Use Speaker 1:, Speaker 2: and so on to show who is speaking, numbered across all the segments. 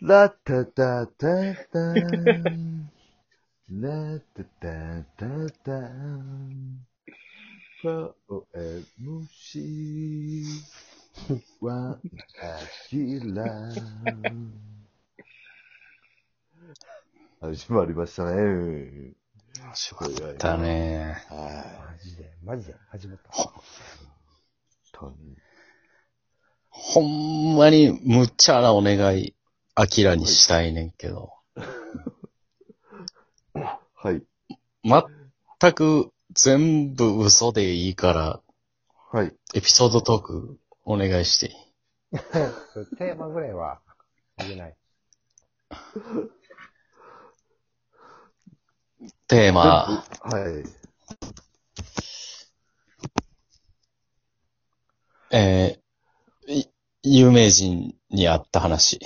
Speaker 1: ラッタタタタン。ラッタタタタン。フォーエムシー。ワンアキラ。始まりましたね。
Speaker 2: 始まったね。
Speaker 1: は
Speaker 3: マジで、マジで始まった。
Speaker 1: い。とに
Speaker 2: ほんまにむっちゃなお願い、アキラにしたいねんけど。
Speaker 1: はい。
Speaker 2: 全く全部嘘でいいから、
Speaker 1: はい。
Speaker 2: エピソードトークお願いしていい。
Speaker 3: テーマぐらいは言えない。
Speaker 2: テーマ、
Speaker 1: はい。
Speaker 2: えーい有名人に会った話。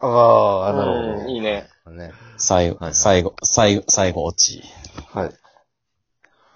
Speaker 1: ああ、なる
Speaker 4: うん、いいね。
Speaker 3: ね。
Speaker 2: 最後、
Speaker 1: はいはい
Speaker 2: 最後、最後、最後落ち。
Speaker 1: ほど。はい。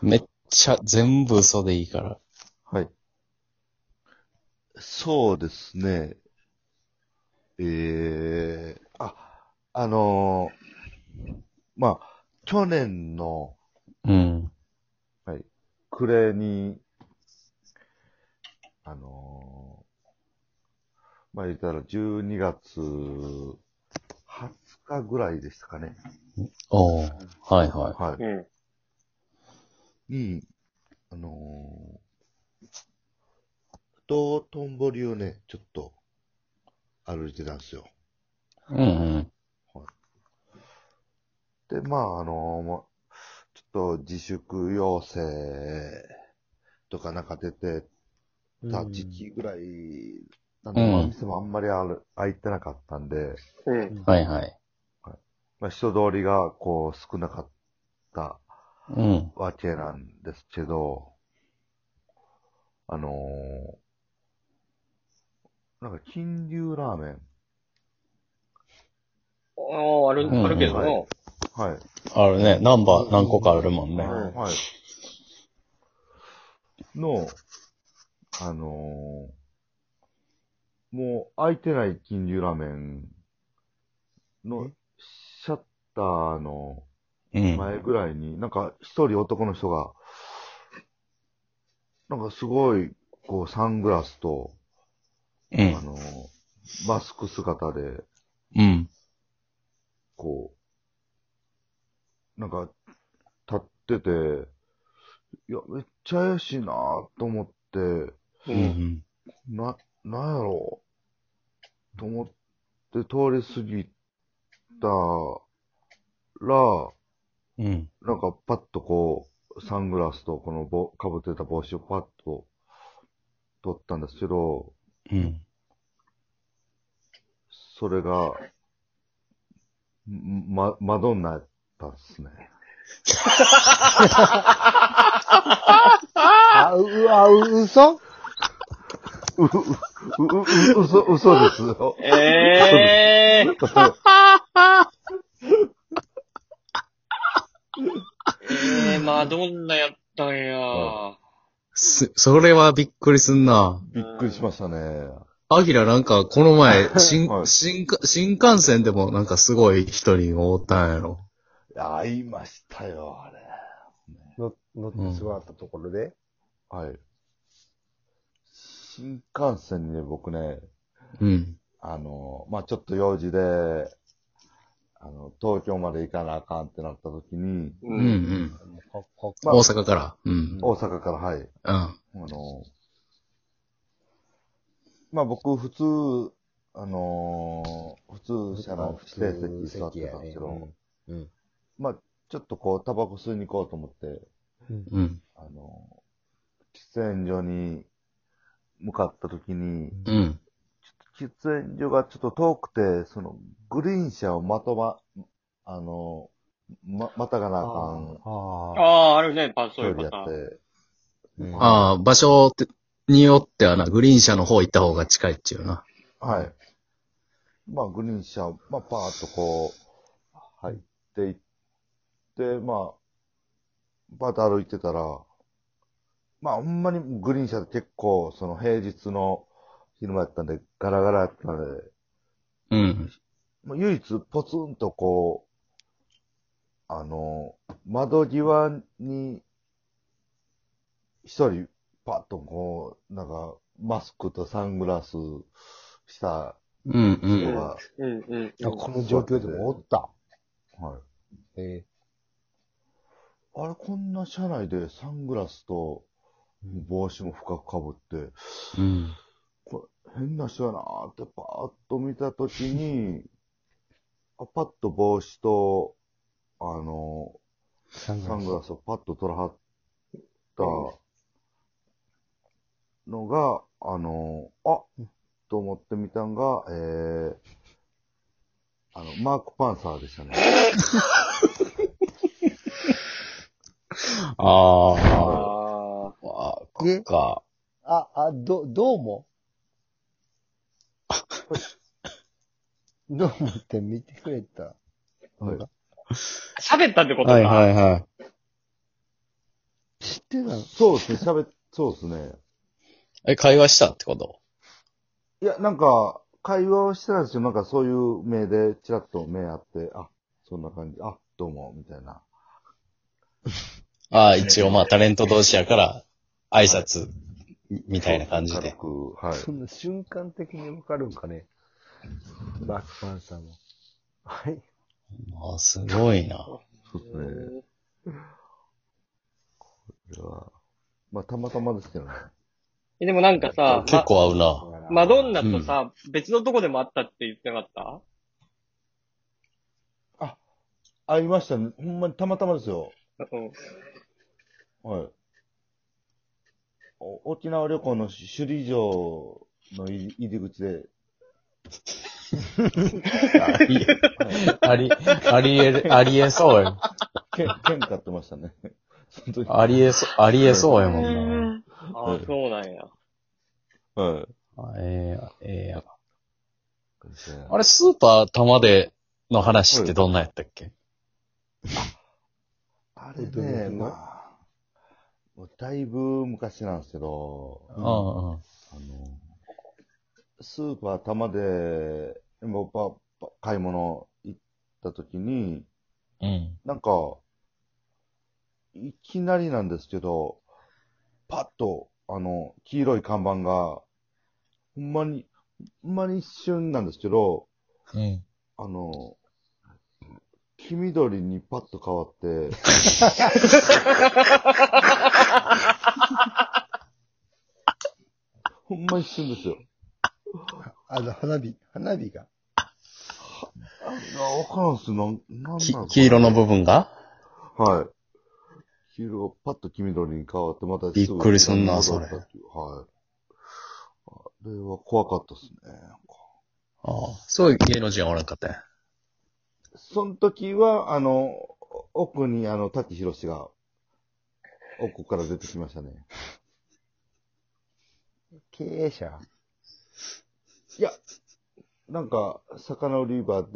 Speaker 2: めっちゃ全部嘘でいいから。
Speaker 1: はい。そうですね。ええあ、あのーまあ、去年の
Speaker 2: うん。
Speaker 1: 暮れに、あのーまあ言ったら12月20日ぐらいでしたかね。
Speaker 2: おーはいは
Speaker 1: はい。
Speaker 4: うん。
Speaker 1: に、あのー道頓堀をね、ちょっと歩いてたんですよ。
Speaker 2: い。うん
Speaker 1: で、まあ、あのーまちょっと自粛要請とかなんか出てた時期ぐらい、あの、まあ
Speaker 2: うん
Speaker 1: 店もあんまりある開いてなかったんで、
Speaker 4: うん。
Speaker 2: うん。はいはい。
Speaker 1: まあ、人通りがこう少なかった
Speaker 2: うん。
Speaker 1: わけなんですけど、あのーなんか金龍ラーメン。
Speaker 4: ああ、ある、
Speaker 2: うん
Speaker 4: あるけども。
Speaker 1: はい。
Speaker 2: あるね。ナンバー何個かあるもんね。
Speaker 4: うん
Speaker 1: はい。の、あのーもう開いてない金龍ラーメンのシャッターの
Speaker 2: うん。
Speaker 1: 前ぐらいに、なんか一人男の人が、なんかすごい、こうサングラスと、
Speaker 2: う
Speaker 1: あ
Speaker 2: ん。
Speaker 1: のーマスク姿で、
Speaker 2: うん。
Speaker 1: こう、なんか、立ってて、いや、めっちゃ怪しいなぁと思って、
Speaker 4: う。
Speaker 2: うんん。
Speaker 1: な、なんやろうと思って通り過ぎたら、
Speaker 2: うん。
Speaker 1: なんかパッとこう、サングラスとこのぼ、かぶってた帽子をパッと取ったんですけど、
Speaker 2: うん。
Speaker 1: それが、んま、マドンナやったっすね。
Speaker 3: あ、う、うあ、う、 嘘
Speaker 1: う、う、う、う、嘘、嘘ですよ。
Speaker 4: ええー。ええー、マドンナやったんや。
Speaker 2: す、それはびっくりすんな。
Speaker 1: びっくりしましたね。
Speaker 2: アキラなんか、この 前、新、
Speaker 1: はい
Speaker 2: 新幹、新幹線でもなんかすごい一人おったんやろ。
Speaker 1: あ、いましたよ、あれ。
Speaker 3: の乗って座ったところで、
Speaker 1: はい。新幹線にね、僕ね、
Speaker 2: うん。
Speaker 1: あの、まあ、ちょっと用事で、あの、東京まで行かなあかんってなった時に、
Speaker 2: う
Speaker 4: うん
Speaker 2: う。ん。
Speaker 3: ここ
Speaker 1: まあ
Speaker 2: 大阪から。うん。
Speaker 1: 大阪から、はい。
Speaker 2: うん。
Speaker 1: あの、まあ、僕、普通、あの普通車の指定席座ってたんですけど、まあ、ちょっとこう、タバコ吸いに行こうと思って、
Speaker 2: うん。
Speaker 1: あの、喫煙所に向かった時に、
Speaker 2: うん。
Speaker 1: 喫煙所がちょっと遠くて、その、グリーン車をまとま、あの、ま、またがなあかん
Speaker 4: あ
Speaker 3: ああ。
Speaker 4: あ、あるね、パそうい
Speaker 1: 距離
Speaker 4: うパ
Speaker 1: や
Speaker 4: タ
Speaker 1: っ
Speaker 4: ーン。
Speaker 1: て、
Speaker 3: うん
Speaker 2: ああ、場所って、によってはな、グリーン車の方行った方が近いっていうな。
Speaker 1: はい。まあ、グリーン車、まあ、パーッとこう、入っていって、まあ、パーッと歩いてたら、まあ、ほんまにグリーン車って結構、その平日の昼間やったんで、ガラガラやったんで、
Speaker 2: うん。
Speaker 1: まあ、唯一ポツンとこう、あの、窓際に、一人、パッとこう、なんか、マスクとサングラスした
Speaker 2: うんう
Speaker 1: 人
Speaker 2: ん。
Speaker 1: が、
Speaker 4: うんうん
Speaker 3: あこの状況でもおった。
Speaker 1: はい。
Speaker 3: え
Speaker 1: あれ、こんな車内でサングラスと帽子も深くかぶって、
Speaker 2: うん。
Speaker 1: これ変な人やなーってパーッと見たときに、 あパッと帽子と、あの、
Speaker 3: ー、サン
Speaker 1: サングラスをパッと取らはったのが、あの、あと思ってみたんが、えー、あの、マークパンサーでしたね。
Speaker 2: ああ。
Speaker 4: ああ。
Speaker 2: あこっか。
Speaker 5: あ、あ、ど、どうも。どうもって見てくれた。
Speaker 1: はい。
Speaker 4: 喋ったってことか。
Speaker 2: はいはいはい。
Speaker 5: 知ってたの
Speaker 1: そうですね、喋っ、そうですね。
Speaker 2: え、会話したってこと
Speaker 1: いや、なんか、会話をしてたんですよ。なんかそういう目で、ちらっと目あって、あ、そんな感じ、あ、どうも、みたいな。
Speaker 2: ああ、一応まあタレント同士やから、挨拶、みたいな感じで
Speaker 1: 軽。くはい。
Speaker 5: そんな瞬間的にわかるんかね。
Speaker 3: バックパンサーも。
Speaker 5: はい。
Speaker 2: ああ、すごいな。
Speaker 1: そうですね。これは、まあ、たまたまですけどね。
Speaker 4: えでもなんかさ、
Speaker 2: 結構合うな。
Speaker 4: まマドンナとさ、別のとこでもあったって言ってなかった
Speaker 1: ありましたね。ほんまにたまたまですよ。
Speaker 4: うん。
Speaker 1: はい。お沖縄旅行の首里城の入り入り口で、
Speaker 2: あり、ありえ、ありえそうや。
Speaker 1: けん 喧嘩ってましたね。 その時
Speaker 2: ありえそ、ありえそうやもんな。
Speaker 4: ああ、そうなんや。
Speaker 1: はい。
Speaker 2: あええええや
Speaker 1: あ
Speaker 2: あれ、スーパー玉での話ってどんなんやったっけ
Speaker 1: あれね、まあ、もうだいぶ昔なんですけど、
Speaker 2: うんうん。
Speaker 1: あの、スーパー玉で、もうばば買い物行った時に、
Speaker 2: うん。
Speaker 1: なんか、いきなりなんですけど、パッと、あの、黄色い看板が、ほんまに、ほんまに一瞬なんですけど、
Speaker 2: うん。
Speaker 1: あの、黄緑にパッと変わって、ほんま一瞬ですよ。
Speaker 5: あの、花火、花火が。
Speaker 1: あわからんっすなん、なん
Speaker 2: き
Speaker 1: なの
Speaker 2: 黄色の部分が
Speaker 1: はい。黄色がパッと黄緑に変わって、また
Speaker 2: びっくりすんな
Speaker 1: すぐ戻ったっていうはい。あれは怖かったっすね。なんか
Speaker 2: ああ、そういう芸能人はおらんかったんや
Speaker 1: その時は、あの、奥にあの、滝博士が、奥から出てきましたね。
Speaker 3: 経営者
Speaker 1: いや、なんか、魚売り場で、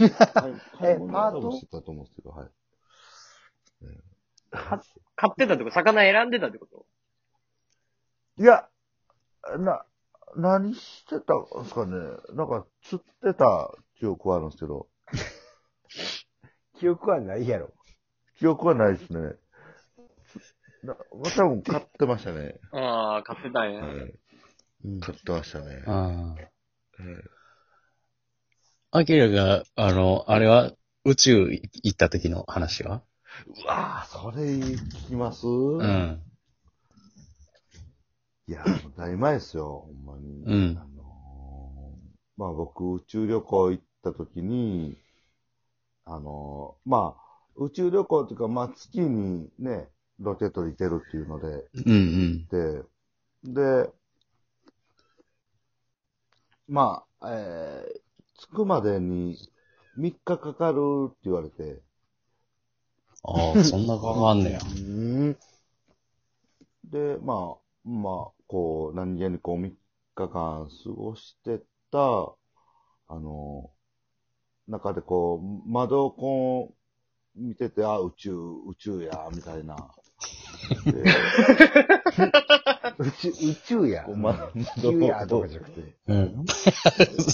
Speaker 3: え
Speaker 1: え
Speaker 3: パート
Speaker 1: してたと思うんですけど、はい。
Speaker 4: 買ってたってこと魚選んでたってこと
Speaker 1: いや、な、何してたんですかね。なんか、釣ってた記憶はあるんですけど、
Speaker 3: 記憶はないやろ。
Speaker 1: 記憶はないですね。な多分買ってましたね。
Speaker 4: ああ、買ってたんや。
Speaker 5: うん。
Speaker 1: 買ってましたね。
Speaker 2: ああ。
Speaker 1: うん
Speaker 2: アキラが、あの、あれは、宇宙行った時の話は
Speaker 1: うわぁ、それ聞きます、
Speaker 2: うん。
Speaker 1: いや、もう大前ですよ、ほんまに。
Speaker 2: うん
Speaker 1: あのーまあ僕、宇宙旅行行った時に、あのーまあ、宇宙旅行というか、まあ月にね、ロケットで行けるっていうので、
Speaker 2: うんうん。
Speaker 1: で、で、まあ、えー、着くまでに3日かかるって言われて、
Speaker 2: ああ、そんなことあんねや。
Speaker 5: うん。
Speaker 1: で、まあ、まあ、こう、何気にこう3日間過ごしてた、あの、中でこう、窓をこう、見てて、 あ、宇宙、宇宙や、みたいな。でで
Speaker 3: 宇宙、宇宙や。
Speaker 1: ご まん
Speaker 3: 地
Speaker 1: ど
Speaker 3: 球や
Speaker 1: ど
Speaker 3: とかじゃなくて。
Speaker 2: うん。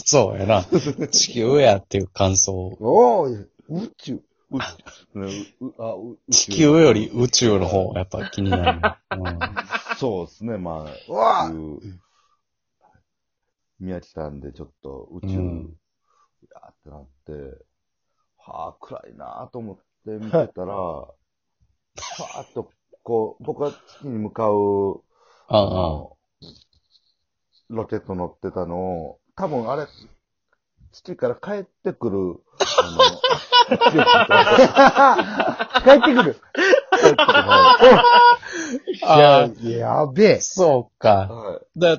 Speaker 2: そうやな。地球やっていう感想。
Speaker 3: おお宇宙。
Speaker 1: うううあう宇
Speaker 2: 地球より宇宙の方がやっぱ気に なるな。うん
Speaker 1: そうですね、ま
Speaker 3: うわ
Speaker 1: あ、
Speaker 3: あ
Speaker 1: いう宮城さんでちょっと宇宙、
Speaker 2: うん
Speaker 1: あってなって、はあ、暗いなあと思って見て たら、はあっと、こう、僕は月に向かう、
Speaker 2: あ
Speaker 1: あ
Speaker 2: あ、
Speaker 1: のロケット乗ってたのを、多分あれ、月から帰ってくる、 あ
Speaker 3: 帰ってく
Speaker 1: の、
Speaker 3: る。
Speaker 1: 帰ってくるは
Speaker 2: あ
Speaker 3: やべえ。
Speaker 2: そう
Speaker 1: い
Speaker 2: か。
Speaker 1: は
Speaker 2: だ、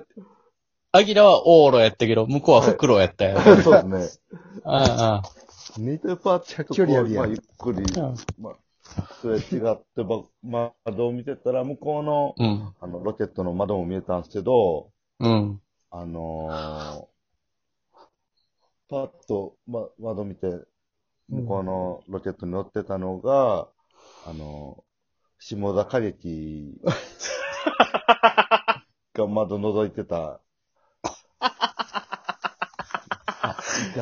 Speaker 2: アキラはオーロやったけど、向こうはフクロやったよ。
Speaker 1: い。そうですね。
Speaker 2: あ
Speaker 3: めっち
Speaker 1: で、パッとこう
Speaker 3: 距離ある
Speaker 1: ま
Speaker 3: や
Speaker 1: あ、
Speaker 3: ん
Speaker 1: ゆっくり、
Speaker 2: あ、
Speaker 1: まあ、すれ違ってば、まあ、窓を見てたら、向こうの、
Speaker 2: うん。
Speaker 1: あの、ロケットの窓も見えたんですけど、
Speaker 2: うん。
Speaker 1: あのー、パッと、ま、窓見て、向こうのロケットに乗ってたのが、あのー、下田景樹が窓覗いて た。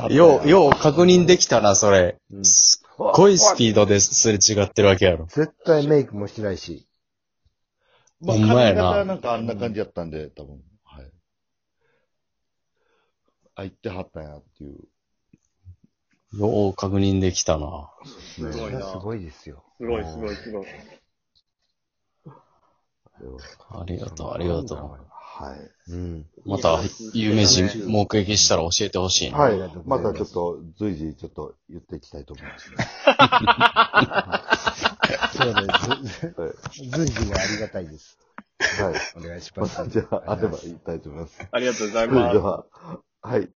Speaker 2: よう、よう確認できたな、それ。
Speaker 1: うん
Speaker 2: すっごいスピードですれ違ってるわけやろ。
Speaker 3: 絶対メイクもしてないし。
Speaker 1: まあ、
Speaker 2: ほんまやな
Speaker 1: 髪型なんかあんな感じやったんで、多分。はい。あ、行ってはったんやっていう。
Speaker 2: よう確認できたな。
Speaker 1: す
Speaker 4: すごいな
Speaker 3: すごいですよ。
Speaker 4: すごい、すごい、すごい。
Speaker 2: ありがとう、ありがとう。
Speaker 1: はい。
Speaker 3: うん。
Speaker 2: また、有名人目撃したら教えてほしいな。
Speaker 1: はい
Speaker 3: りがとう。ご
Speaker 1: ま
Speaker 3: ざいます
Speaker 1: たちょっと、随時ちょっと言っていきたいと思います、
Speaker 3: そうね。
Speaker 1: はい。
Speaker 3: ず随時にありがたいです。
Speaker 1: はい。
Speaker 3: お願いしま
Speaker 1: ます た。じゃあ、あれば言いたいと思います。
Speaker 4: ありがとうござい
Speaker 1: それ
Speaker 4: ま。
Speaker 1: ですは、はい。